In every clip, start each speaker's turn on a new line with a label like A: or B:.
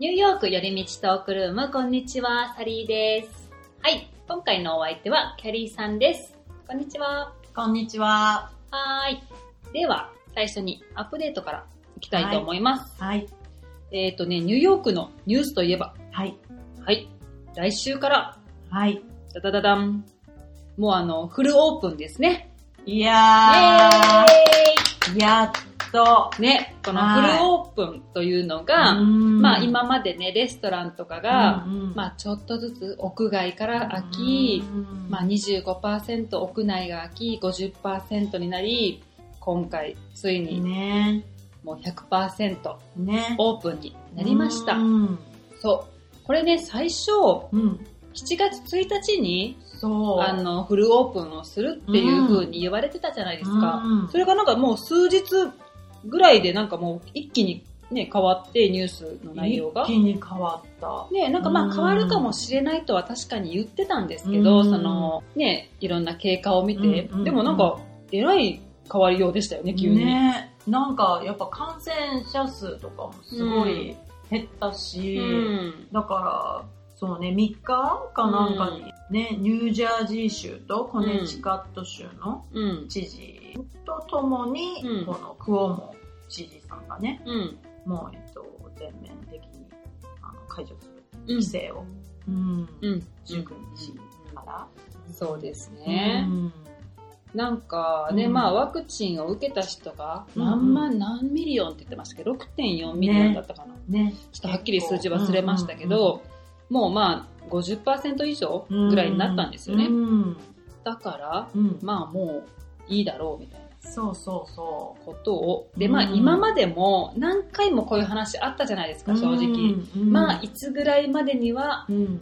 A: ヨーク寄り道トークルーム、こんにちは、サリーです。はい、今回のお相手はキャリーさんです。こんにちは。
B: こんにちは。
A: はーい。では、最初にアップデートからいきたいと思います。
B: はい。
A: えっ、ー、とね、ニューヨークのニュースといえば、
B: はい。
A: はい、来週から、
B: はい。
A: ダダダダン、もうあの、フルオープンですね。
B: い
A: イ
B: やー、やっと。
A: ーイね、このフ
B: はい
A: ルオープンというのが、ま
B: ま
A: あ今までね、レストランとかが、まあちょっとずつ屋外から空き、、まあ25%屋内が空き、50%になり、今回ついに
B: ね、
A: もう100%
B: ね。
A: オープンになりました
B: う。ん。
A: そう。これね、最初、
B: うん
A: 7月1日に、
B: そう。
A: あの、フルオープンをするっていう風に言われてたじゃないですか。
B: うん
A: それがなんかもう数日ぐらいでなんかもう一気にね、変わってニュースの内容が
B: 一。気に変わった。
A: ね、なんかま
B: う
A: あ
B: ん
A: 変わるかもしれないとは確かに言ってたんですけど、
B: うん
A: そのね、いろんな経過を見て、
B: うん
A: でもなんか、えらい変わりようでしたよね、急に。
B: ね。なんか、やっぱ感染者数とかもすごい減ったし、
A: うん
B: だから、そうね、3日かなんかに、ね、ニュージャージー州とコネチカット州の
A: うん。
B: 知事とともに、
A: うん
B: このクオモ知事さんがね、
A: うん。
B: もう、えっと、全面的にあの解除する
A: うん
B: 規。制を、うん
A: うん。
B: 19日から、
A: そうですね。
B: うん
A: なんかね、
B: うん
A: まあワクチンを受けた人が、
B: うん
A: 何万何ミリオンって言ってましたっけど、6.4ミリオンだったかな。
B: ね、
A: ちょっとはっきり数字忘れましたけど、もうまあ50%以上ぐらいになったんですよね。
B: うん
A: だから、
B: うん
A: まあもういいだろうみたいな。
B: そうそうそ
A: ことを、で、まあ
B: うん
A: 今までも何回もこういう話あったじゃないです
B: う。
A: か、正直。
B: うん、うん
A: まあ、いつぐらいまでには
B: うん、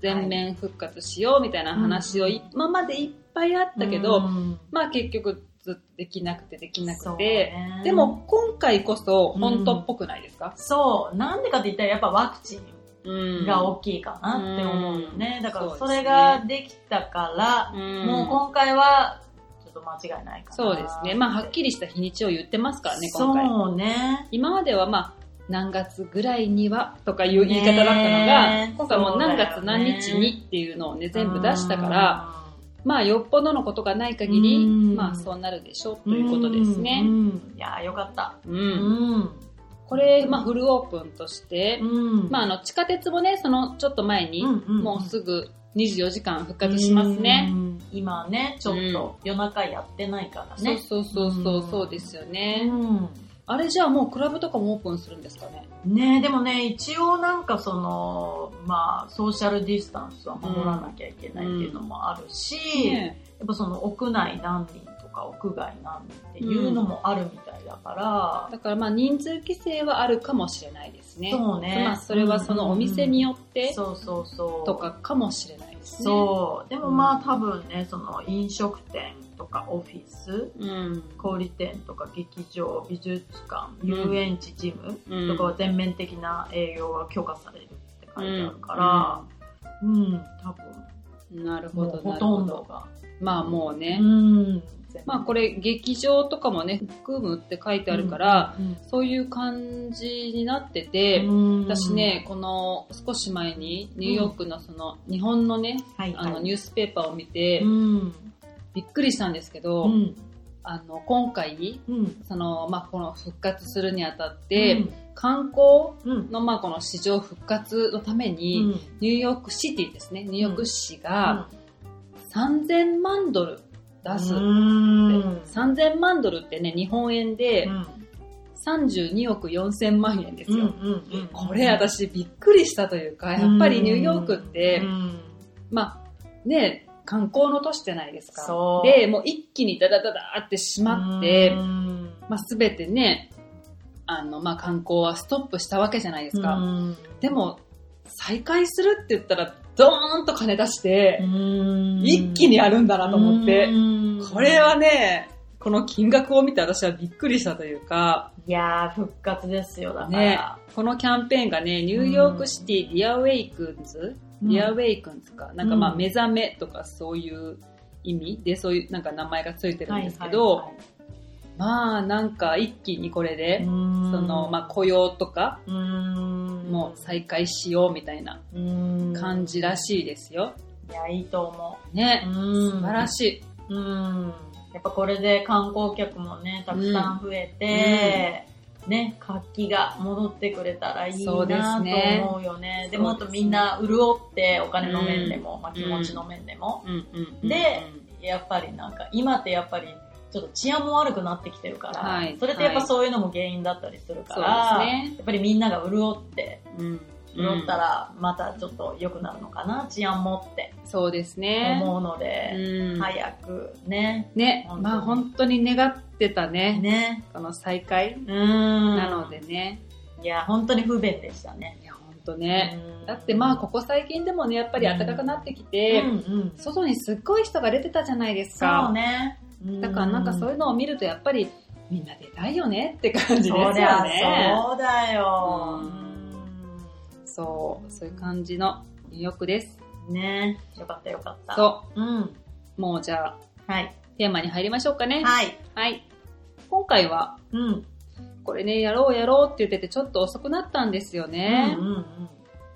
A: 全面復活しようみたいな話を
B: うん
A: 今までいっぱいあったけど、
B: うん
A: まあ結局ずっとできなくてできな
B: そう
A: くて、
B: ね
A: でも今回こそ本当っぽくないですか
B: そう、なんでかって言ったらやっぱワクチ
A: うん
B: ンが大きいかなって思うよね。だから
A: そ
B: そう
A: ですね
B: れができたから、
A: うん
B: もう今回はちょっと間違いないかな。
A: そうですね。まあはっきりした日にちを言ってますからね、今回。
B: そうね。
A: 今まではまあ、何月ぐらいにはとかいう言い方だったのが、
B: ねえ
A: 今回もう何月
B: そうだよね
A: 何日にっていうのをね、全部出したから、まあよっぽどのことがない限
B: う
A: り、
B: ん
A: まあそうなるでしょう
B: う
A: と
B: ん、
A: いうことです
B: う
A: ね。
B: んいやーよかった。
A: うん。
B: うん。
A: これ、まあフルオープンとして、
B: うん
A: まああの地下鉄もね、そのちょっと前に、もうすぐ24時間復活しますね。。
B: うんうん今ね、ちょっと夜中やってないから
A: そう
B: ね。
A: そうそうそう
B: う、ん
A: そうですよね。
B: うん
A: あれじゃあもうクラブとかもオープンするんですかね。
B: ねえでもね一応なんかそのまあソーシャルディスタンスは守らなきゃいけないっていうのもあるし、
A: ね
B: やっぱその屋内何人とか屋外何人っていうのもあるみたいだから、
A: だからまあ人数規制はあるかもしれないですね。
B: そうね
A: まあそれはそのお店によって
B: そうそうそう
A: とかかもしれないですね。
B: そうでもまあ多分ねその飲食店とかオフィス
A: う。うん。
B: 小売店とか劇場美術館
A: うん
B: 遊園地ジムとかは全面的な営業が許可されるって書いてあるから、うん多分
A: なるほ
B: も
A: ど、
B: うほ
A: なるほ
B: とんど
A: ど。
B: が。
A: まあもうね。
B: うん。
A: まあこれ劇場とかもね、含むって書いてあるから、そういう感じになってて、
B: うん
A: 私、ね、この少し前にニューヨークのその日本のね、
B: はいはい、
A: あのニュースペーパーを見て
B: うん。
A: びっくりしたんですけど、
B: うん。
A: あの今回、
B: うん。
A: そのまあこの復活するにあたって、
B: うん
A: 観光
B: うん。
A: のまあこの市場復活のために、
B: うん
A: ニューヨークシティですね、ニューヨーク市が3000万ドル出す。
B: うん。
A: 3000万ドルってね、日本円で
B: うん
A: 32億4000万円です
B: うんう
A: よ。
B: んうん
A: これ私びっくりしたというか、やっぱりニューヨークって、
B: うん
A: まあね、観光の都市じゃないですか。
B: そう。
A: で、もう一気にダダダダーってしまって、
B: うん
A: まあすべてね、あの、まあ観光はストップしたわけじゃないですか。
B: うん
A: でも、再開するって言ったら、ドーンと金出して、
B: うん
A: 一気にやるんだなと思って、
B: うん
A: これはね、この金額を見て私はびっくりしたというか、
B: いやー、復活ですよ、だから。
A: ねこのキャンペーンがね、ニューヨークシティディアウェイクンズ、
B: うん
A: ディアウェイクンズか、なんかまあ
B: うん
A: 目覚めとかそういう意味で、そういうなんか名前がついてるんですけ
B: はい
A: ど
B: は、い
A: まあなんか一気にこれ
B: はい
A: で、
B: うん
A: そのまあ雇用とか、
B: うん
A: もう再開しようみたいな感じらしいですよ。
B: いや、いいと思
A: ね、
B: う。
A: 素晴ら
B: い。
A: しい。
B: うん。やっぱこれで観光客もね、たくさん増えて、ね、活気が戻ってくれたらいいなと
A: そうですね
B: 思うよね。
A: そうで
B: で
A: すね
B: もっとみんな潤って、お金の面でも、まあ、気持ちの面でも、
A: うんうん
B: でやっぱりなんか、今ってやっぱり、ちょっと治安も悪くなってきてるから、
A: はい
B: それってやっぱ
A: はい
B: そういうのも原因だったりするから、
A: そうですね
B: やっぱりみんなが潤って、
A: うん、
B: 潤ったらまたちょっと良くなるのかな、治安もって
A: そうですね。
B: 思うの
A: う
B: で、
A: ん
B: 早くね、
A: ね、
B: 本当に
A: まあ本当に願ってたね、
B: ね、
A: この再会
B: うーん。
A: なのでね。
B: いや、本当に不便でしたね。
A: いや、本当ね。
B: うん
A: だってまあここ最近でもね、やっぱり暖かくなってきて、
B: うんうん、そ
A: 外にすっごい人が出てたじゃないです
B: う
A: か。
B: ね。
A: だからなんかそう
B: い
A: いうのを見るとやっぱりみんな出たいよねって感じです
B: そりゃ
A: よね。
B: そうだよ。
A: そうそう、いう感じの魅力です。
B: ねよかったよかった。う。
A: そ
B: ん。
A: う、もうじゃあ
B: はい。
A: テーマに入りましょうかね。
B: はい。
A: はい。今回は
B: うん。
A: これね、やろうやろうって言っててちょっと遅くなったんですよね。
B: うんうんうん。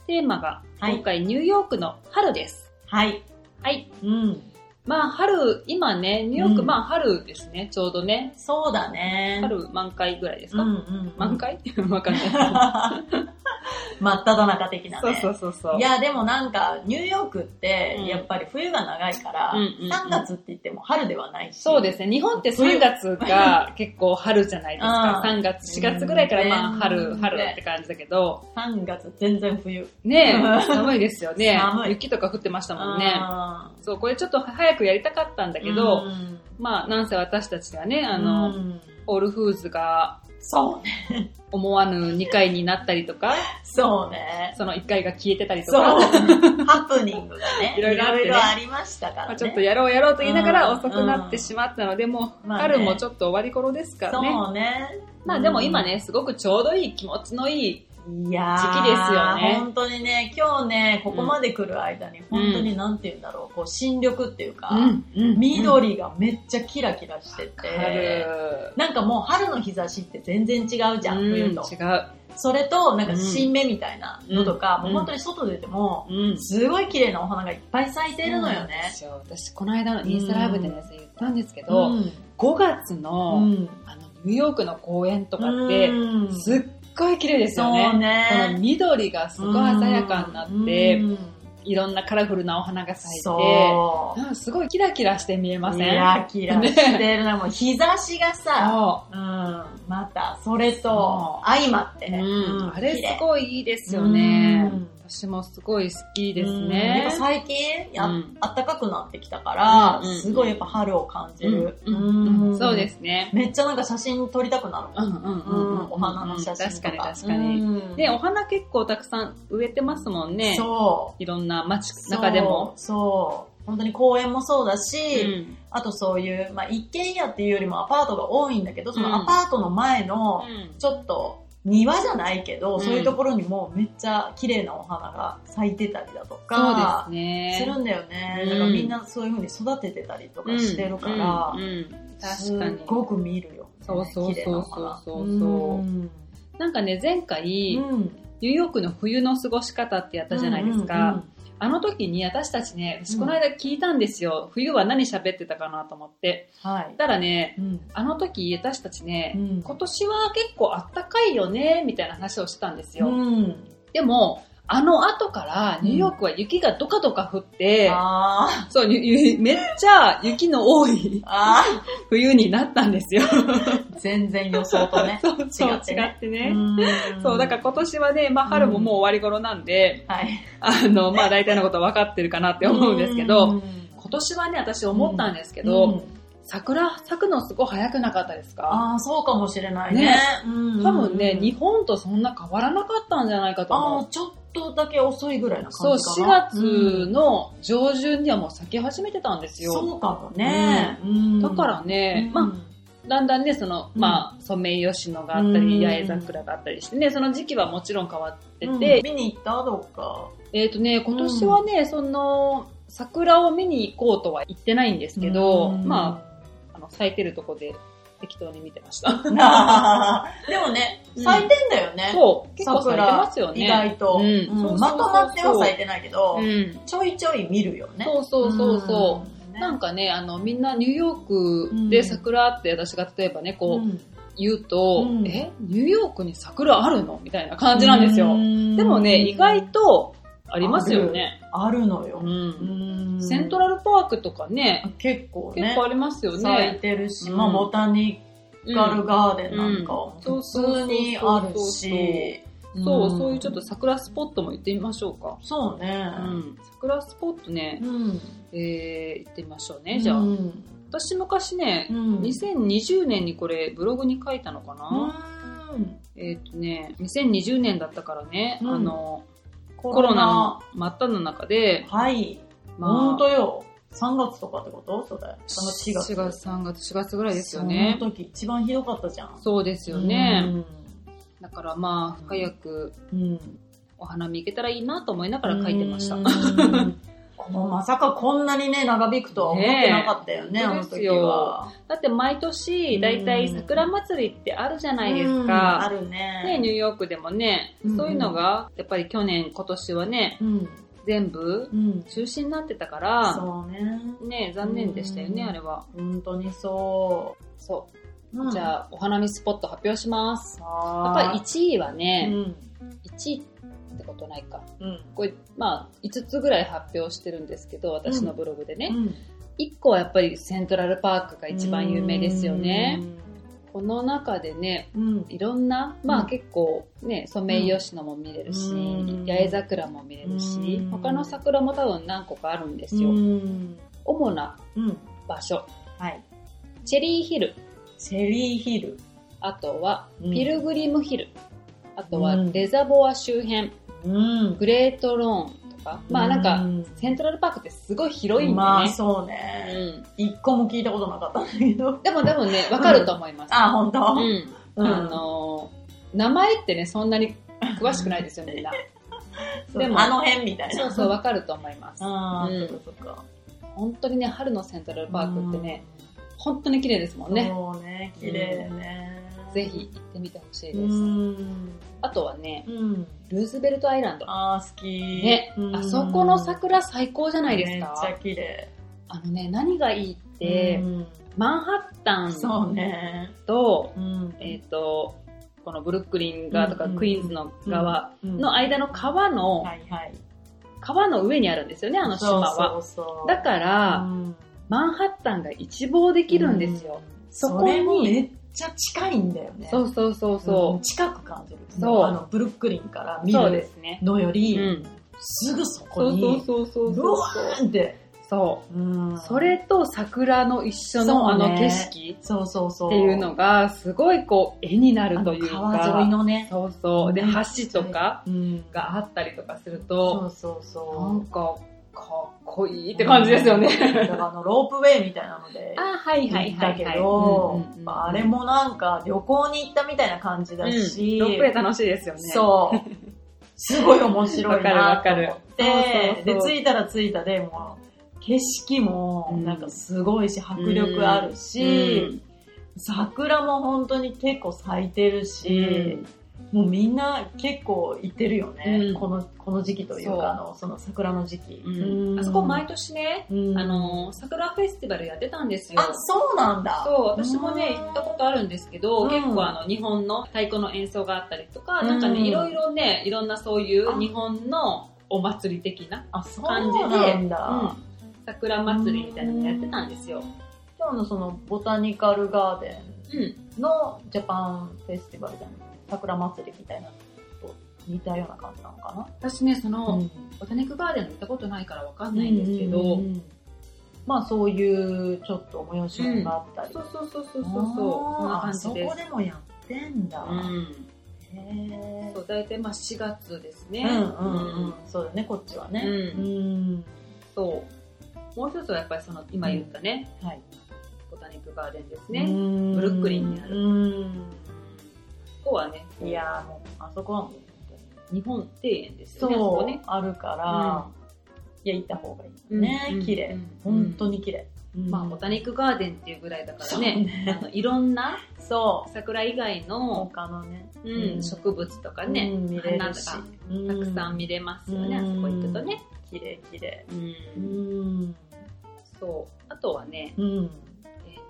A: テーマが
B: はい
A: 今回ニューヨークの春です。
B: はい。
A: はい。
B: うん。
A: まあ春、今ね、ニューヨーク、
B: うん
A: まあ春ですね、ちょうどね。
B: そうだね。
A: 春満開ぐらいです
B: うん
A: か、
B: うんうん。
A: 満 開 わかんない。
B: 真っ只中的なね。
A: そうそうそうそう。
B: いや、でもなんか、ニューヨークって
A: うん、
B: やっぱり冬が長いから、
A: うんうんうん
B: 3月って言っても春ではないし。
A: そうですね。日本って3月が結構春じゃないですか。
B: うん
A: 3月、4月ぐらいからまあ春、
B: うん
A: 春って感じだけど、
B: 3月全然冬。
A: ね
B: うん
A: え、寒いですよね。
B: 寒い
A: 雪とか降ってましたもんね。
B: あー
A: そう、これちょっと早くやりたかったんだけど、
B: うん
A: まあ、なんせ私たちはね、あの、
B: うん
A: ホールフーズが
B: そうね。
A: 思わぬ2回になったりと か、
B: そうね。
A: その1回が消えてたりと
B: そう。
A: か、
B: ハプニングがね、
A: い
B: い
A: ろ
B: ろ
A: い
B: い
A: ろあってね
B: ろありましたから
A: まあ
B: ね。
A: ちょっとやろうやろうと言いながら
B: うん
A: 遅くなってしまったので、もう
B: まあね
A: 春もちょっと終わり頃ですからね。
B: そうね。
A: まあでも今ね、すごくちょうどいい気持ちのいい、
B: うん、いやー
A: 時期ですよね
B: 本当にね、今日ね、ここまで来る間に、本当になんて言うんだろう、こう、新緑っていうか、
A: 緑
B: 緑がめっちゃキラキラしてて、
A: 春、
B: なんかもう春の日差しって全然違うじゃん、
A: うん違
B: 冬
A: う
B: と。。それと、なんか新芽みたいなのとか、
A: うん
B: もう本当に外出ても、
A: うん
B: すごい綺麗なお花がいっぱい咲いてるのよね。
A: そうなんですよ私、この間のインスタライブでね、言ったんですけ
B: う
A: ど、
B: ん。
A: 5月
B: う
A: の、
B: ん。
A: あの、ニューヨークの公園とかって、すっごい綺麗ですよ
B: そう
A: ね。この
B: ね。
A: 緑がすごい鮮やかになって、
B: うん、
A: いろんなカラフルなお花が咲いて、
B: そ
A: なんかすごいキラキラして見えま
B: う。
A: せ
B: キ
A: ん
B: ラキラして るな、もう日差しがさ、
A: そ
B: うん、また、それと
A: そ、
B: 相まって
A: う、う、
B: ね。うんん
A: あれす
B: 綺麗
A: ごいいいですよね
B: うん。
A: 私もすごい好きで
B: ですすね。や
A: ね
B: っぱ。最近、や
A: うん
B: 暖かくなってきたから、
A: うんうん
B: すごいやっぱ春を感じる。
A: うんうん
B: ん
A: そうで。すね。
B: めっちゃなんか写真撮りたくなる。
A: うんうんうんうん、
B: お花の写真と
A: 確
B: か。
A: かに確かに。
B: うん
A: で、お花結構たくさん植えてますもんね。
B: そう。
A: いろんな街中でも。
B: そう。そう本当に公園もそうだし、
A: うん
B: あとそういう、まあ、一軒家っていうよりもアパートが多いんだけど、そうの
A: ん
B: アパートの前の、ちょっと庭じゃないけど、
A: うん
B: そういうところにもめっちゃ綺麗なお花が咲いてたりだと
A: そうで
B: か
A: す、ね。
B: するんだよね。
A: うん
B: だからみんなそういう風に育ててたりとかしてるから、
A: うんうんうん確かに
B: す。ごく見るよ、ね。
A: そうそうそうそう
B: 綺麗なお花
A: そうそう
B: うん
A: なんかね、前回、
B: うん
A: ニューヨークの冬の過ごし方ってやったじゃないですか。
B: うんうん
A: あの時に私たちね、私
B: うん
A: この間聞いたんですよ。冬は何喋ってたかなと思って。
B: うんはい。
A: たらね、
B: うん
A: あの時私たちね、
B: うん
A: 今年は結構あったかいよね、みたいな話をしてたんですよ。
B: うん
A: でも、あの後からニューヨークは雪がドカドカ降って、
B: あー
A: そう、ゆゆめっちゃ雪の多い
B: あ
A: 冬になったんです よ。。
B: ー、全然予想とね
A: そうそう、違
B: 違
A: っ
B: って
A: て
B: ね
A: ね。
B: うん
A: そう、だから今年はね、まあ春ももう終わり頃なんで、
B: はい。
A: あの、まあ大体のこと分かってるかなって思うんですけど、
B: うん、
A: 今年はね、私思ったんですけど、
B: うん
A: 桜咲くのすごい早くなかったですか
B: ああ、そうかもしれないね。
A: ね
B: うん
A: 多分ね、日本とそんな変わらなかったんじゃないかと
B: あ
A: 思
B: あ
A: う。、
B: ちょっとだけ遅いぐらいな
A: そう、
B: 感じ
A: 4
B: かな。
A: 月の上旬にはもう咲き始めてたんです
B: う
A: よ。
B: んそうかもね。うん
A: だからね、
B: うん
A: まあ、だんだんね、その、
B: うん
A: まあ、ソメイヨシノがあったり、
B: うん
A: 八重桜があったりしてね、その時期はもちろん変わって
B: うん
A: て、
B: 見に行ったどうか。
A: えっ、とね、今年はね、その、桜を見に行こうとは言ってないんですけど、まあ、あの、咲いてるとこで適当に見てま した。
B: なあ でもね、咲いてんだよね。
A: そう、結構咲いてますよね。
B: 意外と。
A: うん
B: う
A: そ
B: ん
A: うそうそうそう
B: まとまっては咲いてないけど、
A: うん。
B: ちょいちょい見るよね。
A: そうそうそうそう。
B: んね
A: なんかね、あの、みんなニューヨークで桜って私が例えばね、こう、
B: うん
A: 言うと、
B: うん
A: え、ニューヨークに桜あるのみたいな感じなんですよ。でもね、意外。とありますよね。
B: あるのよ
A: う。ん。
B: うん
A: セントラルパークとかね、
B: 結構ね。
A: 結構ありますよ
B: 咲い
A: ね。
B: てるし、
A: うん
B: まあ、ボタニカルガーデンなんかも
A: うん
B: 普通にあるし。
A: うんそう、そういうちょっと桜スポットも行ってみましょうか。
B: そうね。
A: うん。桜スポットね、
B: うん。
A: えー、行ってみましょうね、じゃあ。
B: うん。
A: 私昔ね
B: う、ん。
A: 2020年にこれブログに書いたのかな、
B: うん
A: えっ、とね、2020年だったからね、
B: うん
A: あの、
B: コ
A: コロナの真っ只中で、
B: はい。ほんとよ。3月とかってことそれ。その4月。
A: 4月、3月、4月ぐらいですよ
B: そ
A: ね。
B: の時一番ひどかったじゃん。
A: そうですよね。だからまあ、早く
B: うん。うん。
A: お花見行けたらいいなと思いながら書いてました。
B: うーん。 もうまさかこんなにね、長引くとは思ってなかったよね、
A: ねえ
B: あの時は。
A: だって毎年、だいたい桜祭りってあるじゃないです
B: うんあ
A: か。
B: るね。
A: ね、ニューヨークでもね、
B: うん
A: そういうのが、やっぱり去年、今年はね、
B: うん。
A: 全部
B: うん。
A: 中止になってたから、
B: そうね。
A: ね、残念でしたよね、
B: うん
A: あれは。
B: 本当にそ。
A: そうう。じ
B: あ、
A: ゃあ、お花見スポット発表します。やっ
B: や
A: ぱり1位はね、
B: うん。
A: 1位ってことないか。
B: うん。
A: これ、まあ、5つぐらい発表してるんですけど、私のブログでね。
B: うん
A: 1個はやっぱりセントラルパークが一番有名ですよね。。この中でね、
B: うん。
A: いろんな、ま
B: う
A: あ
B: ん
A: 結構ね、ソメイヨシノも見れるし、
B: うん
A: 八重桜も見れるし
B: うん、
A: 他の桜も多分何個かあるんです
B: う
A: よ。
B: ん。
A: 主な
B: うん。
A: 場所。
B: はい。
A: チェリーヒル、
B: チェリーヒル。
A: あとは
B: うん
A: ピルグリムヒル、あとは
B: うん
A: レザボア周辺、
B: うん。
A: グレートローンとか、まあなんか、
B: うん、
A: セントラルパークってすごい広いんでね。
B: まあそうね。
A: うん
B: 一個も聞いたことなかったんだけど。
A: でも多分ね、わかると思います。
B: あ、本当。
A: うん。あのー名前ってね、そんなに詳しくないですよ、みんな。
B: そう
A: でも
B: あの辺みたいな。
A: そうそう、わかると思います。
B: あ
A: う
B: ー
A: ん
B: そっかそっか。
A: 本当にね、春のセントラルパークってね、本当に綺麗ですも
B: うん
A: んね。
B: そうね、綺麗ね。
A: ぜひ行ってみてほしいうです。
B: ん。
A: あとはね、
B: うん。
A: ルーズベルトアイランド。
B: あー、好き。
A: ね
B: う、ん
A: あそこの桜最高じゃないです
B: めっち
A: か
B: ゃ。綺麗。
A: あのね、何がいいって、
B: うん
A: マンハッタン
B: そうね。
A: と、
B: うん
A: えっ、と、このブルックリン側とか
B: うん
A: クイーンズの側
B: の
A: の間の川の、
B: はいはい。
A: 川の上にあるんですよね、あの島は。
B: そうそうそう
A: だから、
B: うん
A: マンハッタンが一望できるんですよ。そこ
B: そ
A: に
B: れもめっちゃ近いんだよね。
A: そうそうそう
B: うん
A: そ
B: 近く感じる。
A: そう
B: あの、ブルックリンから
A: う。
B: 見
A: そうで
B: る
A: すね。
B: のよ
A: う
B: り、
A: ん。
B: すぐそ
A: そ
B: こ
A: う
B: に、
A: そうそうそうう
B: わ
A: そう。
B: ーんって。
A: そうう。
B: ん
A: それ、と桜の一緒の
B: そ
A: あ
B: うね
A: の景色
B: そうそうそう。
A: っていうのが、すごいこう、絵になるというか。
B: あの川沿いのね。
A: そうそう。で、
B: うん
A: 橋とか
B: うん
A: があったりとかする
B: そ
A: と、
B: うそう
A: な
B: そ
A: ん
B: う。
A: か、かっこいいって感じですよね。
B: だからあの、ロープウェイみたいな ので、
A: あ、はい
B: 行ったけど、まああれ、もなんか旅行に行ったみたいな感じ
A: う
B: だ
A: ん
B: し、
A: ロックで楽しいですよね。
B: そう。すごい面白いな
A: わ
B: と
A: か
B: 思
A: るわかる
B: っ て、
A: そう
B: で、
A: そうそう
B: 着いたら着いたで、もう、景色もなんかすごいし、迫力あるし、桜も本当に結構咲いてるし、もうみんな結構行ってるよね、
A: うん
B: この、この時期という
A: そう
B: か、あの、その桜の時期。
A: うん
B: うん
A: あそこ毎、年ね、
B: うん
A: あ、のー、桜フェスティバルやってたんですよ。
B: あ、そうなんだ。
A: そう、私もね、
B: うん
A: 行ったことあるんですけど、
B: うん
A: 結構あの、日本の太鼓の演奏があったりとか、
B: うん
A: なんかね、いろいろね、いろんなそうい
B: あ
A: う日本のお祭り的な、
B: あ、そう
A: 感じで
B: なん
A: う
B: だ。
A: ん桜祭りみたいなのやってたんですよ。
B: 今日のその、ボタニカルガーデ
A: う
B: ン
A: ん。
B: のジャパンフェスティバルじゃない桜祭りみたいなのと似たような感じなのか
A: 私ね、そ
B: な、
A: の、ボタニックガーデン行ったことないからわかんないんですけど、
B: うんまあそういうちょっと催し物があったり、
A: そうそうそうそうそう、
B: あー
A: そんな感じで
B: あ
A: す
B: そこ。でもやってんだ、
A: うん。
B: へえ
A: そう、大体まあ4月ですね。
B: うんうんうん、
A: うん
B: そうだねこっちはね
A: うん
B: ん
A: そう。もう一つはやっぱりその、今言ったね、
B: はい
A: ボタニックガーデンです
B: う
A: ね。
B: ん
A: ブルックリンにある
B: うん
A: ここはね、
B: いやーもうあそこはもう
A: 日本庭園ですよ
B: そう
A: ね、あこね。
B: あるから、いや行った方がいいね、綺麗、
A: うん
B: 本当に綺麗、うん
A: まあ、ボタニックガーデンっていうぐらいだからね、
B: そうね
A: あのいろんな
B: そ
A: 桜以外
B: う。
A: の、
B: 他のね。
A: うん
B: うん
A: 植物とかね、
B: うん見れ
A: 花
B: る
A: と
B: し。
A: か
B: た
A: たくさん
B: 見
A: 見れますよね、
B: うん
A: あそこ行くとね。
B: 綺麗綺麗。
A: うん
B: うん。
A: そうあとはね、
B: うん。
A: えー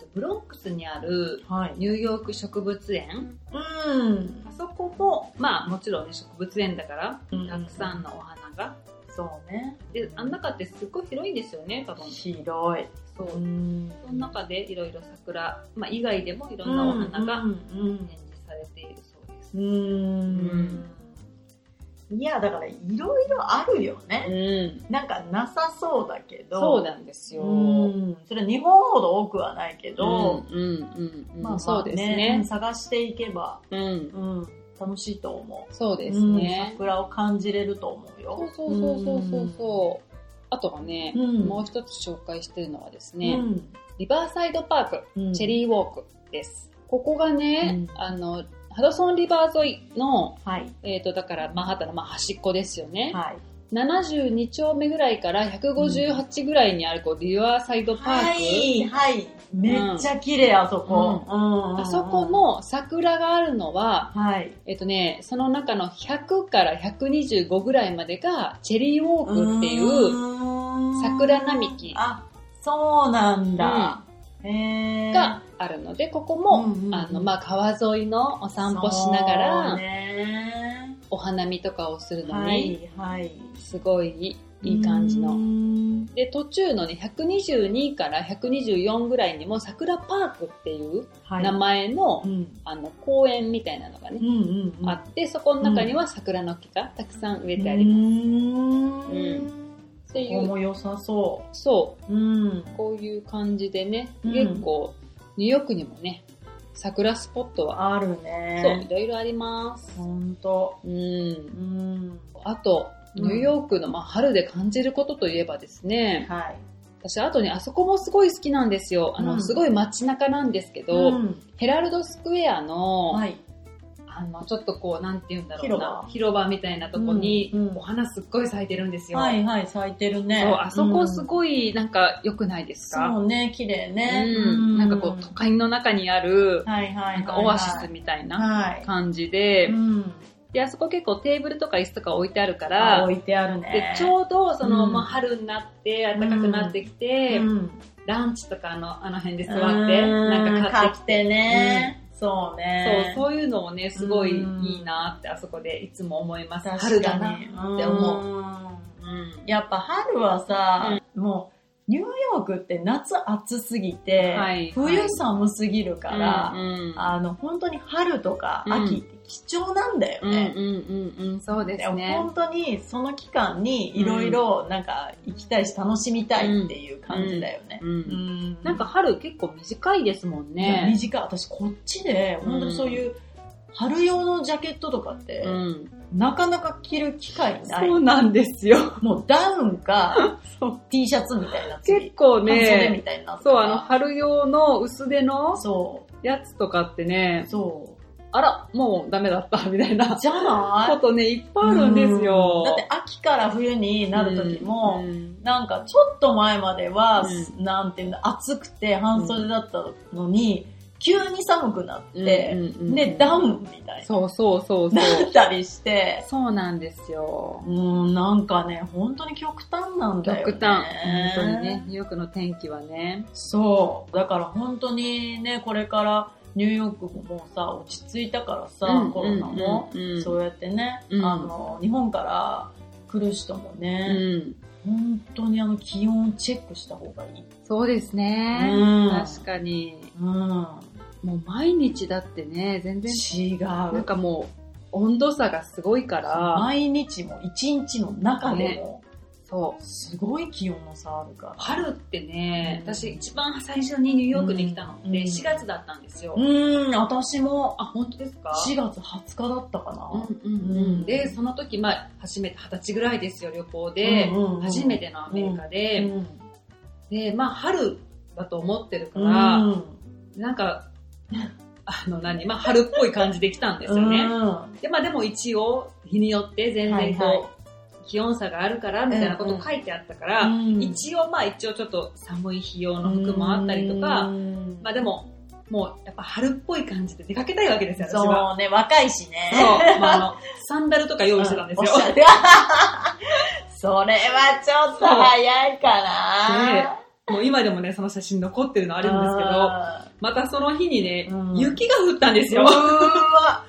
A: とブロンクスにある
B: はい。
A: ニューヨーク植物園
B: うん。
A: あそこもまあもちろんね植物園だから
B: うん
A: たくさんのお花が
B: そうね。
A: であの中ってすっごい広いんですよね多分
B: 広い。
A: そう
B: うん。
A: その中でいろいろ桜、まあ、以外でもいろんなお花が
B: うんう
A: 展
B: ん
A: 示されているそうです
B: う。ん。いや、だからいろいろあるよね。
A: うん、
B: なんかなさそうだけど。
A: そうなんですよ。
B: うん。それ日本ほど多くはないけど、
A: うんうんうん、そうですね。
B: 探していけば、
A: うん、
B: うん、楽しいと思
A: そう
B: う。
A: です
B: うん
A: ね。
B: 桜を感じれると思う
A: そう
B: よ。
A: そうそうそうそうそう。あとはね、
B: うん
A: もう一つ紹介してるのはですね、
B: うん
A: リバーサイドパーク、
B: うん
A: チェリーウォークです。ここがね、
B: うん
A: あのハドソンリバー沿いの、
B: はい。
A: えっ、とだからマンハッタンのまあ端っこですよね。
B: はい。
A: 72丁目ぐらいから158ぐらいにあるこうリバーサイドパーク、
B: はい、はい。めっちゃ綺麗、あそこ。うん
A: あそこ、の桜があるのは、
B: はい。
A: えっとね、その中の100から125ぐらいまでがチェリーウォークっていう
B: う
A: 桜並木
B: あ、そうなんだ。へー
A: があるので、ここも、
B: うんうんうん
A: あの、まあ、川沿いのお散歩しなが
B: そう
A: ら、
B: ね
A: お花見とかをするの
B: は
A: に、
B: い、はい。
A: すごいいい感じ
B: う
A: の。
B: ん
A: で、途中のね、122から124ぐらいにも桜パークっていう
B: はい。
A: 名前の、
B: うん。
A: あの公園みたいなのが
B: う
A: ね、
B: んうんうん。
A: あってそこの中には桜の木がたくさん植えてあります、
B: ま
A: う
B: す
A: って
B: ここ
A: いう
B: も良さそ。
A: そう
B: うん。
A: うこういう感じでね、
B: うん
A: 結構ニューヨークにもね桜スポットは
B: ある
A: そうい
B: ね。
A: ろいろあります
B: ほんと。
A: うん
B: うん。
A: あと
B: うん
A: ニューヨークの、まあ、春で感じることといえばですね、
B: はい。
A: 私、あとね、あそこもすごい好きなんですよ。あの、
B: うん
A: すごい街中なんですけど、
B: うん
A: ヘラルドスクエアの、
B: はい。
A: あの、ちょっとこう、なんて言うんだろう
B: 広
A: な
B: 場、
A: 広場みたいなとこに、
B: うんうん
A: お花すっごい咲いてるんですよ。
B: はいはい、咲いてるね。
A: そうあそこす
B: い。
A: ごい、なんか、良くないですか、
B: そうね、綺麗ね。
A: うんなんかこう、都会の中にある、
B: はいはいはい。
A: なんかオアシスみたいな
B: はい。
A: 感じで、
B: うん。
A: で、あそこ結構テーブルとか椅子とか置いてあるか
B: あ
A: ら、
B: 置いてある
A: で
B: ね。
A: ちょうどその、
B: うん
A: まあ、春になって暖かくなってきて、
B: うん
A: ランチとかあのあの辺で座って
B: うん
A: なんか買
B: 買
A: って
B: ってね。そうね。
A: そう、そういうのをね、すごい
B: うん
A: いいなって、あそこでいつも思います。
B: 確か
A: 春
B: に
A: だなって思う。
B: うん。
A: うん
B: やっぱ春はさ、もうニューヨークって夏暑すぎて、
A: はい
B: 冬寒すぎるから、
A: うん
B: あの本当に春とか
A: うん
B: 秋って貴重なんだよ
A: うんうん
B: ね。
A: うんうん、そうで
B: ですも
A: ね。
B: 本当にその期間にいろいろなんか行きたいし楽しみたいっていう感じだよね。
A: うんうん
B: ん
A: なんか春結構短いですもん
B: いや
A: ね。
B: 短い私こっちで本当にそういう春用のジャケットとかって、
A: うん、
B: なかなか着る機会ない。
A: そうなんです よ。
B: もうダウン か T シャツみたいな次
A: 結構
B: 半袖み
A: ね、
B: たいになってた
A: そう、あの、春用の薄手の
B: そ
A: やつとかってね
B: う。、そ
A: あら、もうダメだった、みたいな
B: う。じゃな
A: こ
B: い
A: とね、いっぱいあるんですよ。
B: うんだって秋から冬になる時も、
A: うん
B: なんかちょっと前までは、
A: う
B: なんていうの、暑くて半袖だったのに、急に寒くなって、
A: うんうんうんうん
B: で、ダウンみたい
A: そうそうそうそう
B: な、。なったりして、
A: そうなんですよ。
B: うん、なんかね、本当に極端なんだよね。
A: 極端。本当にね、ニューヨークの天気はね。
B: そう。だから本当にね、これからニューヨークももうさ、落ち着いたからさ、コロナも、
A: うんうんうん
B: そうやってね、
A: うん
B: あの、日本から来る人も
A: う
B: ね、
A: ん。
B: 本当にあの、気温をチェックした方がいい。
A: そうですね。
B: うん。
A: 確かに。
B: うん。
A: もう毎日だってね、全然、
B: 違
A: なん
B: う。
A: かもう、温度差がすごいから、
B: 毎日も一日の中でも、
A: そう。
B: すごい気温の差あるから。
A: 春ってね、
B: うん
A: 私一番最初にニューヨークに来たのって
B: うん
A: 4月だったんですよ。
B: うん、私も
A: あ、本当ですか
B: 4月20日だったかな。
A: うんうんうん
B: うん
A: で、その時、まあ、初めて、二十歳ぐらいですよ、旅行で。
B: うんうんうん
A: 初めてのアメリカで、
B: うん。
A: で、まあ、春だと思ってるか
B: う
A: ら、
B: ん。
A: なんか、 あの何、まあ、春っぽい感じで来たんですよね。
B: うん
A: で、まあ、でも一応、日によって全然こう、
B: はいは
A: 気温差があるからみたいなこと書いてあったから、
B: うん
A: 一応まあ一応ちょっと寒い日用の服もあったりとか、
B: うん
A: まあでも、もうやっぱ春っぽい感じで出かけたいわけですよ、私は。
B: そうね、若いしね。
A: そう。まああの、サンダルとか用意してたんですよ
B: う。おしゃれ それはちょっと早いかな。
A: もう今でもね、その写真残ってるのあるんですけど、
B: う
A: またその日にね、
B: うん
A: 雪が降ったんです
B: ん
A: よ。
B: う
A: 4
B: ーわ、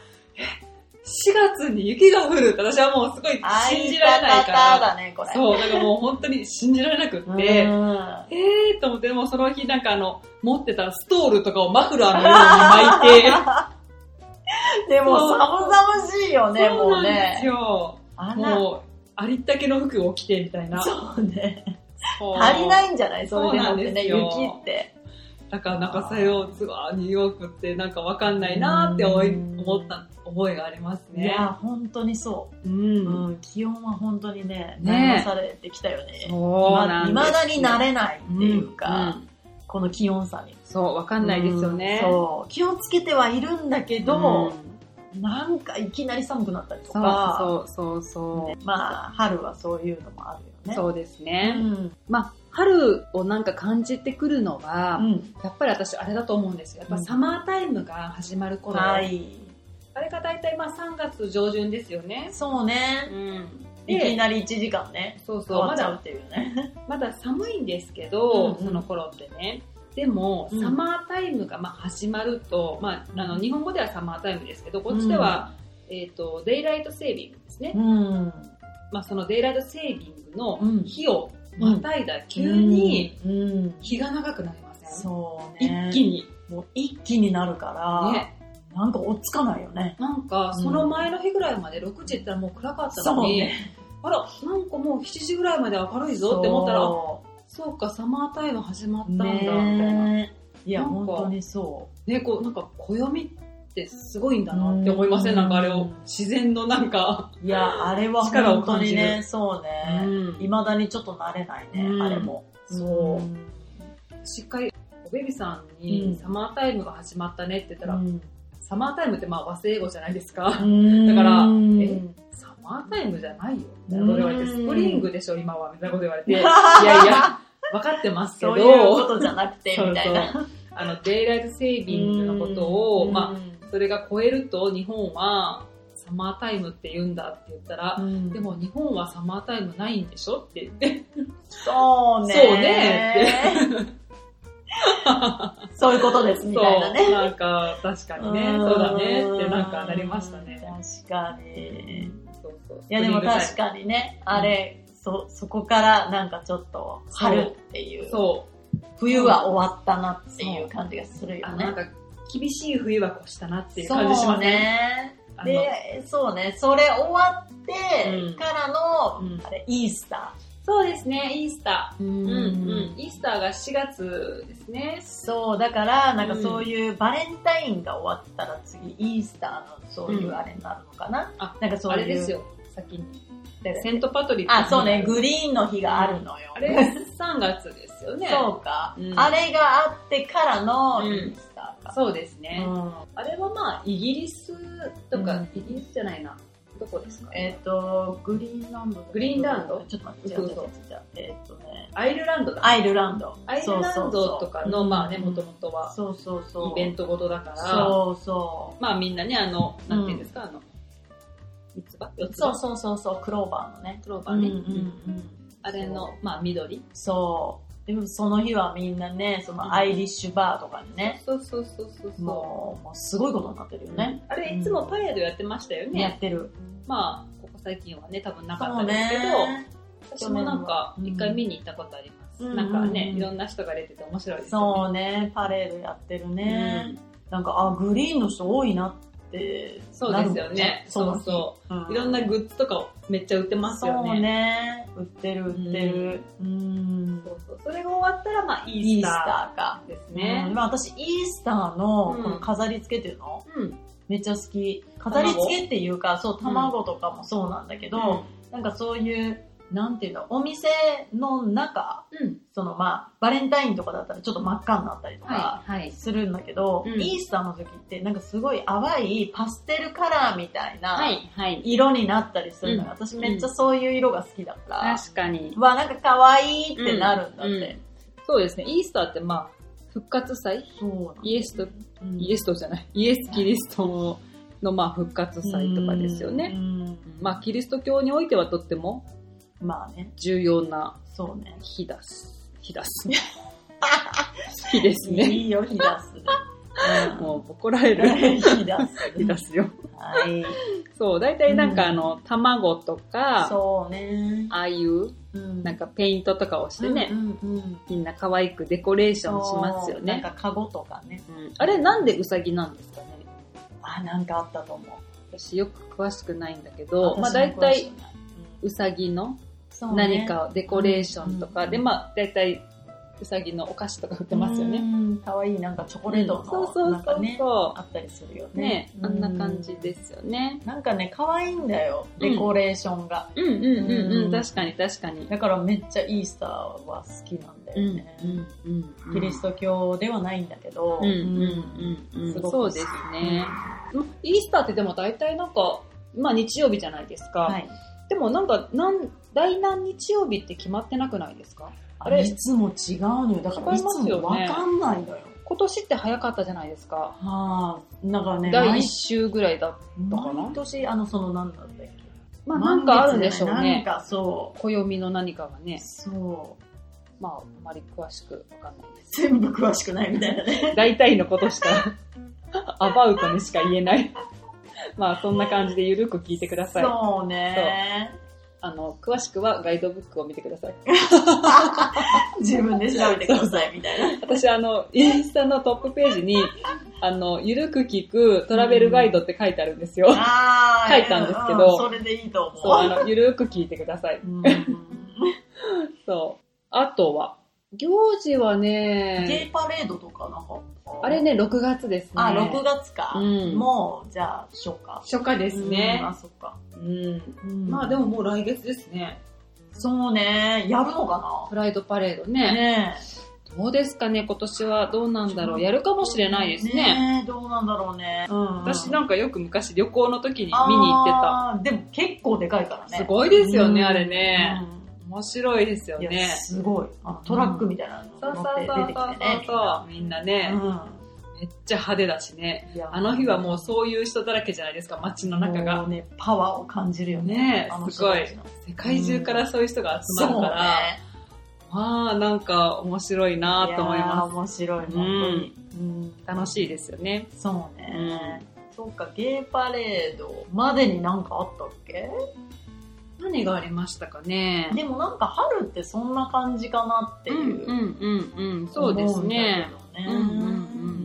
A: 月に雪が降るって私はもうすごい信じられないから。
B: だね、これ。
A: そう、なんかもう本当に信じられなくって、
B: う
A: え
B: ん
A: ーと思って、でもうその日なんかあの、持ってたストールとかをマフラーのように巻いて、
B: でも、寒々しいよ ね、
A: そう
B: も
A: な
B: うん
A: です
B: ね。
A: よ。
B: あんな、
A: もう、ありったけの服を着てみたいな。
B: そうね。
A: そう
B: 足りないんじゃないそれで
A: そうな
B: も
A: ん
B: っ
A: で
B: てね、
A: す
B: 雪
A: よ
B: って。
A: だからなんかそれをツアーニューヨークってなんかわかんないなーって思い
B: うん
A: 思った覚えがあります
B: い
A: ね。
B: や、本当にそうう。
A: ん。
B: うん、気温は本当にね、
A: ね
B: 悩まされてきたよね。
A: そう
B: ま
A: な
B: あ
A: ん
B: 未
A: です
B: だに慣れない
A: っ
B: っていうか、この気温差に。
A: そう、わかんないですよね。
B: うんそう。気をつけてはいるんだけ
A: うん
B: ど、なんかいきなり寒くなったりと
A: そう
B: か、
A: そうそうそう。
B: ねまあ、春はそういうのもあるよね。
A: そうです
B: う
A: ね。
B: ん。
A: まあ、春をなんか感じてくるのは、
B: うん。
A: やっぱり私あれだと思うんですよ。やっぱサマータイムが始まる頃。
B: はい。
A: あれが大体まあ3月上旬ですよね。
B: そう
A: う
B: ね。
A: ん。
B: いき
A: で、
B: なり1時間ね、
A: そう
B: 変
A: そう、
B: わ
A: ま
B: っちゃ
A: だ
B: うっていうね。
A: まだ寒いんですけど、
B: うんうん
A: その頃ってね。でも、
B: うん
A: サマータイムがまあ始まると、まあ、あの日本語ではサマータイムですけど、こっちでは、えっ、と、デイライトセービングですね。
B: うん。
A: まあ、そのデイライトセービングの
B: うん
A: 日をまたいだ急に、
B: うん。
A: 日が長くなりません、
B: そうね。
A: 一気に。
B: もう一気になるから、
A: ね。
B: なんか落ち着かないよね。
A: なんか、その前の日ぐらいまで6時って言ったらもう暗かった
B: そう
A: のに、
B: ね。
A: あら、なんかもう7時ぐらいまで明るいぞって思ったら、あ
B: そ
A: そうか、サマータイム始まった
B: うん
A: だ、みたいな。
B: ねいや、
A: なん
B: 本
A: か
B: 当にそ
A: ね、こう、なんか、暦ってすごいんだなって思いません、
B: うん
A: なんかあれを。自然のなんか。
B: う。いや、あれは
A: 力を
B: 本当に
A: 感
B: ね、そうね。
A: ん
B: 未だにちょっと慣れないね
A: う、ん
B: あれも。
A: そ
B: うん。
A: う。しっかり、おベビさん
B: う
A: に
B: ん
A: サマータイムが始まったねって言ったら、
B: うん
A: サマータイムってまあ和製英語じゃないですか。
B: だ
A: からえ
B: え
A: サマータイムじゃないよ、みたいなこと言われて、
B: うん
A: スプリングでしょ、今は、みたいなこと言われて、い
B: い
A: や
B: や
A: い
B: い
A: や、分かってますけど、
B: そういうことじゃなく て、
A: そうそう
B: みたいな。
A: あの、デイライトセービングのことを、まあ、それが超えると日本はサマータイムって言うんだって言った
B: あ
A: ら、で
B: でも、
A: も日本はサマータイムないんでしょって言って、
B: そうね。
A: そうね。
B: そういうことです、みたいなね。
A: そう、なんか確かにね、そうだねってなんかなりましたね。
B: 確かに。
A: そうそう
B: いやでも確かにね、あれ、そ、そこからなんかちょっと春っていう、
A: そう。
B: 冬は終わったなっていう感じがする
A: あ
B: よ
A: の、
B: ね。
A: なんか厳しい冬は越したなっていう感じしま
B: そう
A: せん、
B: ね。
A: あの
B: で、そうね、それ終わってからの、
A: うん
B: あれ、イースタ
A: そうですね、イースタ
B: ー。う
A: ー。うんうん。イースターが4月ですね。
B: そう、だから、なん
A: う
B: か
A: ん
B: そういうバレンタインが終わったら次、イースターのそういうあれになるのかな、
A: あ、
B: なんかそう
A: あ
B: いう。
A: れですよ、先に。
B: 誰
A: セントパトリック。
B: あ、そうね、グリーンの日があるのよ。
A: あれ3月ですよね。
B: そうか、
A: うん
B: あれがあってからのイースターか。
A: そうですね。
B: うん
A: あれはまあ、イギリスとか、
B: うん
A: イギリスじゃないな。どこですか
B: えっ、と、グリーンランド
A: グリーンランド
B: ちょっと待って、違う違う違う違う。えっ、とね、
A: アイルランドだ。
B: アイルランド。
A: アイルランドとかの、まあね、もともとは
B: そうそうそう。
A: イベン
B: ト
A: トごとだから、
B: そうそ
A: まあみんなね、あの、なんていうんですか、あの、三つ葉四
B: う。
A: つ
B: そう
A: 葉
B: そうそうそう、クローバーのね。
A: クローバーね。
B: うんうん
A: う
B: うんん
A: あれの、まあ緑。
B: そう。でもその日はみんなね、そのアイリッシュバーとかにね、
A: そうそうそうそうそう。
B: もう、もうすごいことになってるよね。
A: あれ、いつもパレードやってましたよ
B: や
A: ね。
B: ってる。
A: まあ、ここ最近はね、多分なかっ
B: そ
A: た
B: う
A: ですけど、
B: ね。
A: 私もなんか、
B: うん
A: 一回見に行ったことあります。
B: うん
A: なんかね、
B: うん
A: いろんな人が出てて面白いです
B: そ
A: よ
B: う
A: ね。
B: ね、パレードやってる
A: そ
B: ね。なんか、あ、グリーンの人多いなって。
A: そうですよね。そうそう
B: う
A: う。いろんなグッズとかをめっちゃ売ってますよね。
B: そうね。売ってる、売ってる。うん
A: そ。うそうそれが終わったら、まあ、イ
B: イ
A: ー
B: ー
A: ス
B: ス
A: タ
B: ターか。
A: ーです
B: う
A: ね
B: ん。まあ私、イースターの
A: うん
B: この飾り付けっていうの、
A: うん。
B: めっちゃ好き。飾り付けっていうか、そう、卵とかもそうなんだけど、なんかそういう、なんていうの、お店の中、
A: うん。
B: そのまあ、バレンタインとかだったらちょっと真っ赤になったりとか
A: はい。はい。
B: するんだけど、
A: うん
B: イースターの時ってなんかすごい淡いパステルカラーみたい
A: は。
B: ない
A: はい。
B: 色になったりするのよ。
A: うん
B: 私めっちゃそういう色が好きだから、
A: 確かに。
B: わ、なんか可愛いってなるんだっ
A: う
B: て
A: ん。そうですね。イースターってまあ、復活祭
B: そう
A: イエスと、
B: うん
A: イエスとじゃない。イエス・キリストのまあ復活祭とかですよね。
B: うん
A: まあ、キリスト教においてはとっても
B: まあね、
A: 重要な
B: そうね。
A: 日だす。日だす。日ですね。
B: いいよ、日出す。
A: もう怒られ
B: うん
A: る。
B: 日出す。
A: 日だすよ。
B: はい。
A: そう、大体なんか
B: うん
A: あの、卵とか、
B: そうね。
A: ああいう、なんかペイントとかをしてね、
B: うんうんうん
A: みんな可愛くデコレーションしますよ
B: なん
A: ね。
B: かカゴとかね。
A: うんあれなんでウサギなんですかね
B: あ、なんかあったと思う。
A: 私よく詳しくないんだけど、まあ
B: 私
A: 大体
B: も詳しくない、
A: ウサギの
B: そうね
A: 何かデコレーションとかで、
B: うん
A: まあ大体ウサギのお菓子とか売ってますよね。。
B: うんかわいい、なんかチョコレート
A: そう
B: の、
A: そう
B: なん
A: そ
B: か
A: う
B: ね、
A: そ
B: あったりするよ
A: う。ね
B: ね。
A: あんな感じ
B: す
A: ですよね。
B: なんかね、可愛いんだよ、
A: うん
B: デコレーションが。
A: うんうんうんう、
B: うんん
A: 確かに確かに。
B: だからめっちゃイースターは好きなんだ
A: うん
B: よね。
A: うんうんうん。
B: キリスト教ではないんだけど、
A: うんうんうんうん。
B: すごく
A: そうですね。うんイースターってでも大体なんか、まあ日曜日じゃないですか。
B: はい。
A: でもなんか、なん、第何日曜日って決まってなくないですか
B: あ
A: あれ
B: れ、いつも違うのよ。だからいつもわかんないのよ。
A: 今年って早かったじゃないですか。
B: はあ、なんかね、
A: 第
B: 毎
A: 1週ぐらいだった。かな
B: 毎年、あの、その、なんだったっけ。
A: まあなんかあるんでしょう
B: 満月
A: ね
B: だ。なんかそう。
A: 暦の何かがね、
B: そう。
A: まああんまり詳しくわかんないです。
B: 全部詳しくないみたい なね。
A: 大体のことしか、 アバウトにしか言えない。 まあそんな感じでゆるく聞いてください。
B: そうね。
A: あの、詳しくはガイドブックを見てください。
B: 自分で調べてくださいみたいな。
A: 私あの、インスタのトップページ に、あの、ゆるく聞くトラベルガイドって書いてあるんですよ。
B: あ
A: 書いたんですけど
B: うんそれでいいと思う。
A: そう、あの、ゆるく聞いてください。
B: うん
A: そう。あとは、行事は
B: ゲイ
A: ね、
B: パレードとかなんかった
A: あれね、6月ですね。
B: あ、6月か。
A: うん
B: もう、じゃあ、初夏。
A: 初夏で
B: です
A: ね
B: あ、。そっか。
A: うん。
B: まあでも、
A: ももう来月ですね。
B: そうね、やるのか
A: プライドパレード
B: な
A: ね。
B: ね
A: どうですかね、今年はどうなんだろう。やるかもしれないですね。
B: えどうなんだろうね。
A: 私
B: ん
A: なんかよく昔旅行の時に見に行ってた。
B: た。でも結構でかいからね。
A: すごいですよね、
B: うん
A: あれね。面白いですよ
B: うんい
A: ね
B: や、。すごい。あのトラックみたいなの
A: そうそ
B: 乗
A: う
B: って
A: そう
B: 出て
A: そ
B: き
A: う
B: てね。
A: そう。みんなね、
B: う
A: めっちゃ派手だしね。
B: んいや
A: あの日はもうそういう人だらけじゃないですか、街の中が
B: もう。ね、パワーを感じるよね。
A: ね
B: あの
A: え、すごい
B: 人たちの。
A: 世界中からそういう人が集まるから、まあ、なんか面白い
B: そう
A: な
B: ね
A: と思い
B: やー
A: ま
B: 面白い、本
A: す。
B: 当に。うん
A: うん楽しいですよね。
B: そうね。そうか、ゲイパレードまでになんかあったっけ
A: 何がありましたかね。
B: でもなんか春ってそんな感じかなってい
A: うん
B: う。
A: うんうんうん、そうですね。
B: 思
A: うんうんうん
B: うんだけどね。
A: うん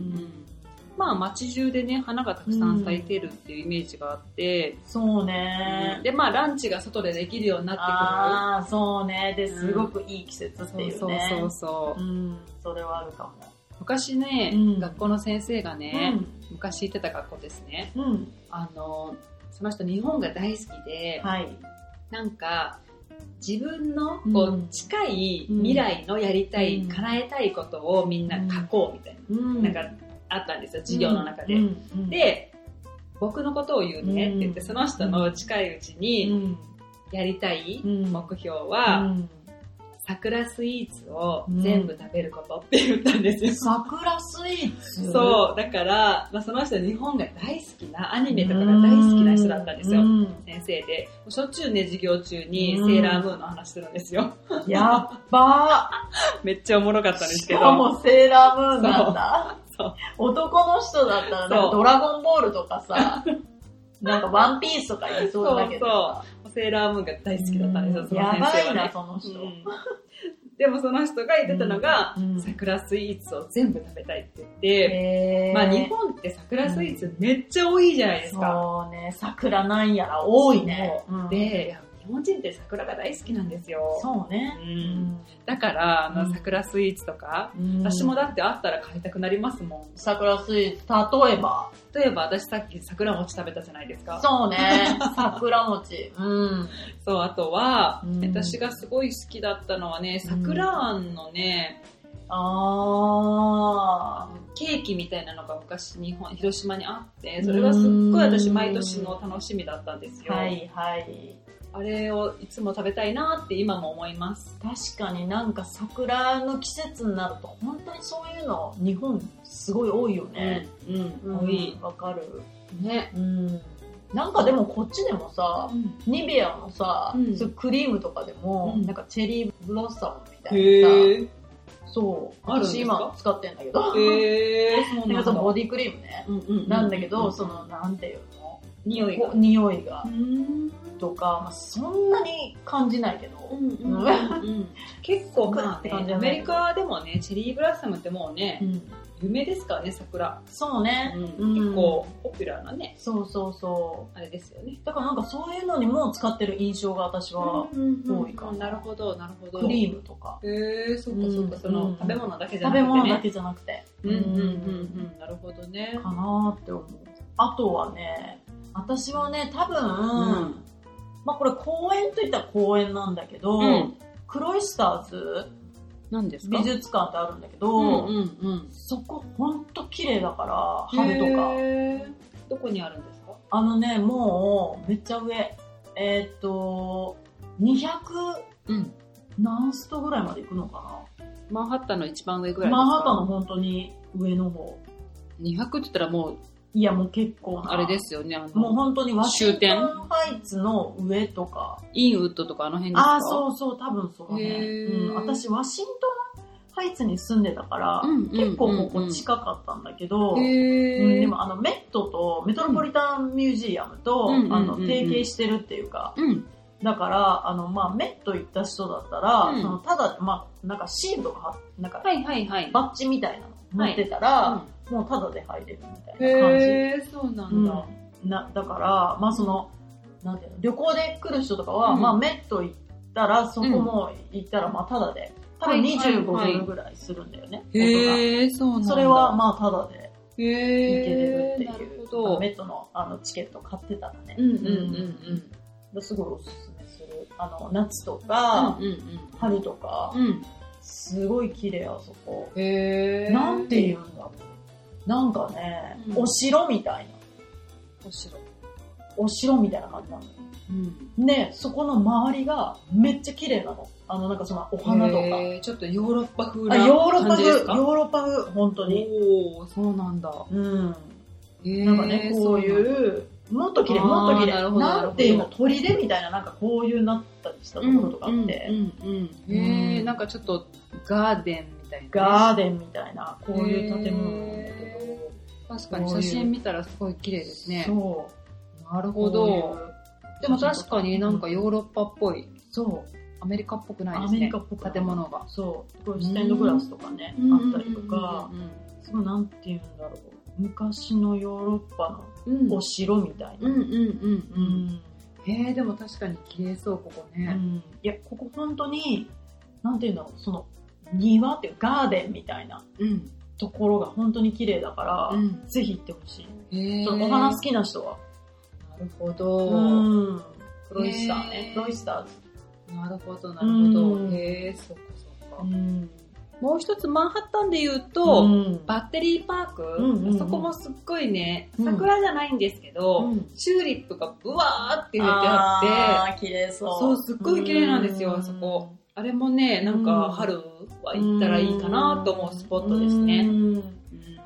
A: まあ、街中でね、花がたくさん咲いてるっていうイメージがあって、
B: そうね。
A: で、まあ、ランチが外でできるようになっ
B: ああ、そうね。で、
A: うん
B: すごくいい季節って
A: てくる。
B: い
A: そうう
B: ね。
A: そうそうう。
B: ん、それはあるかも。
A: 昔ね、
B: うん
A: 学校の先生がね、
B: う
A: 昔行ってた学校ですね。
B: ん。うん。
A: あの、その人日本が大好きで、
B: はい。
A: なんか、自分のこ
B: う
A: うん近い未来のやりたい、
B: うん
A: 叶えたいことをみんな書こうみたいな、
B: うん
A: なんかあったんですよ、授業の中で。
B: うん、うん、
A: で、僕のことを言うねって言って、
B: うん
A: その人の近いうち
B: う
A: に
B: ん、
A: やりたい
B: うん
A: 目標は、
B: うん
A: 桜スイーツを全部食べることって言ったんですよ。
B: 桜スイーツ
A: そう、だから、まあ、その人日本が大好きな、アニメとかが大好きな人だったんですよ。
B: うん
A: 先生で、しょっちゅうね、授業中にセ
B: うん
A: ーラームーンの話するんです よ。
B: やっば
A: めっちゃおもろかったん
B: ー
A: です
B: し
A: け
B: か
A: ど。
B: もセーラームーンなんだ。
A: そう
B: 男の人だったらなん
A: そう
B: かドラゴンボールとか さ、なんかワンピースとか言いそうだけどさ。
A: セーラームーンが大好きだったんですよ、その
B: や
A: 先
B: ば
A: 生はい
B: な、
A: ね。
B: その人。
A: うんでもその人が言ってたのが、
B: うん
A: 桜スイーツを全部食べたいって言って、
B: へー
A: まあ日本って桜スイーツめっちゃ多いじゃないですか。
B: そうね、桜なんやら多いね。うん
A: で、いや日本人って桜が大好きなんですよ。
B: そうね。
A: うんだから、あ
B: う
A: の、
B: ん
A: 桜スイーツとか、
B: うん
A: 私もだってあったら買いたくなりますもん。
B: 桜スイーツ、例えば。
A: 例えば私さっき桜餅食べたじゃないですか。
B: そうね。 桜餅。うん。
A: そう、あとは、
B: うん
A: 私がすごい好きだったのはね、桜あんのね、
B: あ
A: ケーキみたいなのが昔日本、広島にあって、それがすっごい私
B: うん
A: 毎年の楽しみだったんです
B: ー。
A: よ。
B: はいはい。
A: あれをいつも食べたいなって今も思います。
B: 確かになんか桜の季節になると本当にそういうの日本すごい多いよね。
A: うん、
B: うん
A: 多い。
B: わかる。
A: ね。
B: うん。なんかでもこっちでもさ、ニベアのさ、
A: うん
B: そういうクリームとかでも、
A: うん
B: なんかチェリーブロッサムみたいな
A: へえ。
B: さ、そう、
A: あるんです
B: 私
A: か
B: 今使ってんだけど、
A: へえ。そう
B: なん
A: な
B: か
A: ん
B: そ
A: だ。
B: のボディクリームね、
A: うんうん
B: なんだけど、
A: うん
B: その、なんていうの
A: 匂いが
B: こ。匂いが
A: う、ん
B: とか、まあ、そんなに感じないけど、
A: うんうん
B: う
A: う
B: ん
A: ん 結構まあ
B: って感じじ
A: ね、
B: ゃ
A: ア
B: ない
A: メリカでもね、チェリーブラッサムってもうね、
B: うん
A: 有名ですからね、桜。
B: そうね、
A: うん結構ポピュラーなね、
B: そうそうそう。
A: あれですよね。
B: だからなんかそういうのにも使ってる印象が私は、多いか
A: な
B: な
A: るほど、なるほど。
B: クリームとか、
A: へえ、そっかそっか、
B: うん
A: その食べ物だけじゃ
B: 食
A: なくて
B: べ
A: ね。
B: 物だけじゃなくて、
A: うんうんうんうん、なるほどね。
B: かなーって思う。あとはね、私はね、多分、
A: ん
B: まあこれ公園といったら公園なんだけど、
A: うん
B: クロイスターズ
A: 何です
B: 美術館ってあるんだけ
A: う
B: ど、
A: んうんうん。
B: そこほんと綺麗だから、春とか。
A: へー。どこにあるんですか
B: あのね、もう、めっちゃ上。えーっと、200
A: うん。
B: 何ストぐらいまで行くのか
A: マンハッタンの一番上ぐら
B: な
A: いですか
B: マンハッタンの本当に上の方。
A: 200って言ったらもう、
B: いや、もう結構な。
A: あれですよね、あ
B: もう
A: の、
B: 本当にワシン
A: 終点
B: トンハイツの上とか。
A: インウッドとかあの辺ですか
B: ああ、そうそう、多分そうだね。
A: へー
B: うん、私、ワシントンハイツに住んでたから、
A: うんうんうんうん
B: 結構ここ近かったんだけど、
A: へ
B: うん
A: ー
B: でもあのメットとメトロポリタンミュージアムと、
A: うんうんうんうん
B: あの提携してるっていうか、
A: うん。
B: だからあの、まあ、メット行った人だったら、
A: うん
B: そのただ、まあ、なんかシールとか貼なんか
A: はいはいはい。
B: バッジみたいなの持ってたら、もうただで入れるみたいな感じ
A: へえ、そうなんだ。
B: なだから、まあその、なんていうの、旅行で来る人とかは、
A: うん
B: まあメット行ったら、そこも行ったら、まあタダで、多分
A: はいはい
B: 25
A: はい
B: ドルぐらいするんだよね、大人
A: へえ、そうなんだ。
B: それは、まあタダで
A: へ
B: 行け
A: え
B: れるって
A: なる
B: いう、
A: ほど
B: メ。ットのあのチケット買ってたらね、
A: うんうんうん
B: うんすごいおすすめする。あの、夏と
A: うん。
B: か、
A: うんうん
B: 春とか、
A: うん。うん。
B: すごい綺麗あそこ。
A: へえ。
B: なんて言うんだろう。なんかね、
A: うん
B: お城みたいな、
A: お城。
B: お城みたいな感じなんだよ。
A: うん。
B: で、そこの周りがめっちゃ綺麗なの。あの、なんかそのお花とか。
A: へーちょっとヨーロッパ風な
B: あ、ヨーロッパ
A: 感じ
B: 風、
A: で
B: ヨ
A: すか
B: ーロッパ風、本当に。
A: おー、そうなんだ。
B: うん。
A: へー
B: なんかね、こう
A: う。
B: いう、もっと綺麗、
A: あー
B: もっ
A: なるほど
B: と綺麗。
A: なるほど
B: なんていうの、砦みたいな、なんかこういうなったりしたところとかあって、
A: うんうんうんへ
B: う
A: え
B: ん
A: なんかちょっとガーデンみたいなね
B: ガーデンみたいな、こういう建物なんだけ
A: へー確かに写真見たらすごい綺麗です
B: ど。
A: ね
B: そう。
A: なるほ
B: こういう
A: ど。でも確かになんかヨーロッパっぽい
B: そう。
A: アメリカっぽくない
B: ア
A: ですね
B: メリカっぽく。
A: 建。物が
B: そう。こういうステンドグラスとかね、あったりとか、そのなんていうんだろう。昔のヨーロッパの
A: うんうんうん
B: お城みたい
A: う
B: な。
A: んうん
B: う
A: うん
B: ん
A: うんへえでも確かに綺麗そうここ
B: う
A: ね
B: んいやここ本当になんていうんだろうその庭っていうガーデンみたいな
A: うん
B: ところが本当に綺麗だから、
A: うん
B: ぜひ行ってほしい、
A: へえ
B: そのお花好きな人は
A: なるほど
B: うんプロイスターね
A: へー
B: プロイスターズ、
A: なるほどなるほ
B: う
A: ど
B: ん
A: へえそうかそうか
B: ん、
A: もう一つマンハッタンで言う
B: う
A: と
B: ん
A: バッテリーパーク
B: んうんうん
A: あそこもすっごいね
B: うん
A: 桜じゃないんですけど
B: うん
A: チューリップがブワーって植えてあって
B: あー綺麗そう
A: そうすっごい綺麗なんですよ
B: うん
A: あそこあれもね、なんか春は行ったらいいかなと思うスポットです
B: う
A: ね。
B: ん
A: うん
B: あん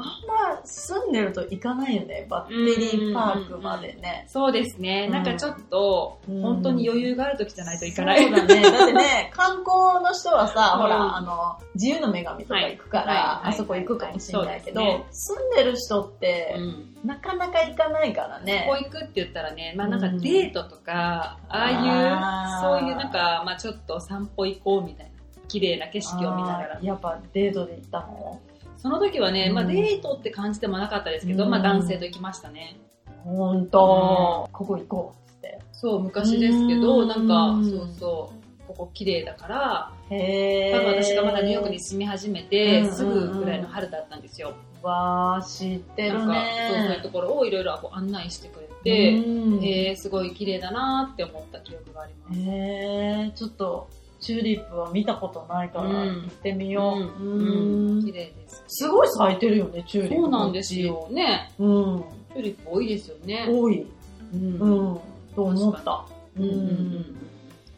B: ま住んでると行かないよねバッテリーパークまでね、
A: そうですね。なんかちょっと、
B: うん
A: 本当に余裕がある時じゃないといかない。
B: そうだね。だっ てね、観光の人はさ、
A: うん
B: ほら、あの、自由の女神とか行くから、
A: はいはいはい
B: あそこ行くかもしれないけど、
A: そうですね
B: 住んでる人って、
A: うん
B: なかなか行かないからね。
A: ここ行くって言ったらね、まあなんかデートとか、ああ
B: あー
A: いう、そういうなんか、まあちょっと散歩行こうみたいな、綺麗な景色を見なが
B: あ
A: ら。
B: ーやっぱデートで行ったの
A: その時はね、まあ
B: うん
A: デートって感じでもなかったですけど、
B: うん
A: まあ男性と行きましたね。
B: ほんと、ここ行こうっつっって。
A: そう、昔ですけど、
B: うん
A: なんか、そうそう、ここ綺麗だから、
B: へ
A: 多
B: ー。
A: 分私がまだニューヨークに住み始めて
B: うん
A: すぐぐらいの春だったんですよ。
B: わー、知って
A: な
B: る
A: んか、そうそういう
B: ね。
A: ところをいろいろこう案内してくれて、
B: うん
A: えー、すごい綺麗だなって思った記憶があります。
B: へー、ちょっと、チューリップは見たことないから、
A: うん
B: 行ってみよ
A: う
B: う。
A: ん
B: うん
A: 綺麗です。
B: すごい咲いてるよね、チューリップ。
A: そうなんです。よ。ね。
B: うん。
A: チューリップ多いですよね。
B: 多い。
A: うん
B: うん。と思った。
A: うんうんうん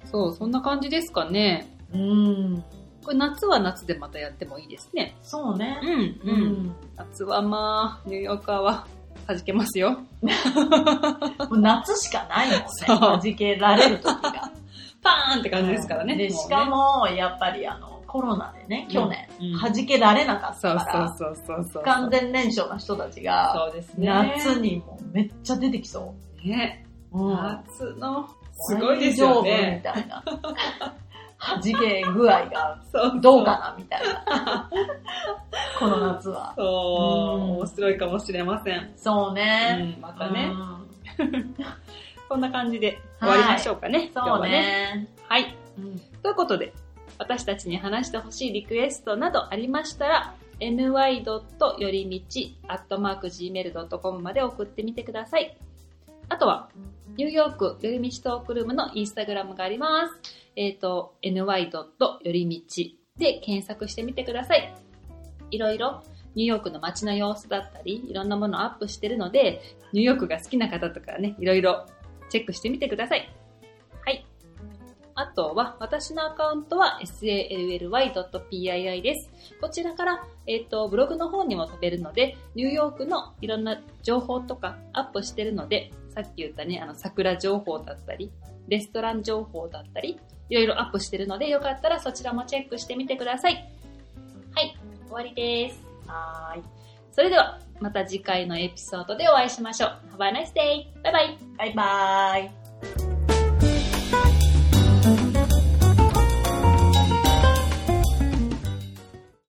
A: そう、そんな感じですかね。
B: うん。
A: これ夏は夏でまたやってもいいですね。
B: そうね。
A: ん夏はまあ、ニューヨーカーは弾けますよ。
B: もう夏しかないもんね。
A: そう
B: はじけられる 時が。
A: パーンって感じですからね。
B: で、しかも、やっぱりあの、コロナでね、去年、
A: うんうん
B: はじけられなかった
A: そ
B: から、
A: うそうそうそうそう。
B: 不完全燃焼な人たちが、
A: そうですね。
B: 夏にもうめっちゃ出てきそ
A: ね。
B: う。う
A: 夏の、すごいですよね。
B: 大丈夫みたいな。はじけ具合が
A: そう
B: どうかなみたいな。 この夏は。
A: そう、
B: うん
A: 面白いかもしれません。
B: そうね。
A: うん、またね、
B: うん
A: こんな感じで終わりましょうかね。今日
B: そう
A: はね。
B: ね。
A: はい。
B: うん
A: ということで、私たちに話してほしいリクエストなどありましたら、my. よりみち .gmail.com まで送ってみてください。あとは、ニューヨークよりみちトークルームのインスタグラムがあります。えっ、と、ny. よりみちで検索してみてください。いろいろニューヨークの街の様子だったり、いろんなものをアップしてるので、ニューヨークが好きな方とかね、いろいろチェックしてみてください。はい。あとは、私のアカウントは sally.pii です。こちらから、えっ、と、ブログの方にも飛べるので、ニューヨークのいろんな情報とかアップしてるので、さっき言ったね、あの、桜情報だったり、レストラン情報だったり、いろいろアップしてるので、よかったらそちらもチェックしてみてください。はい、終わりです。
B: はーい。
A: それでは、また次回のエピソードでお会いしましょう。Have a nice day! バイバイ
B: バイバーイ。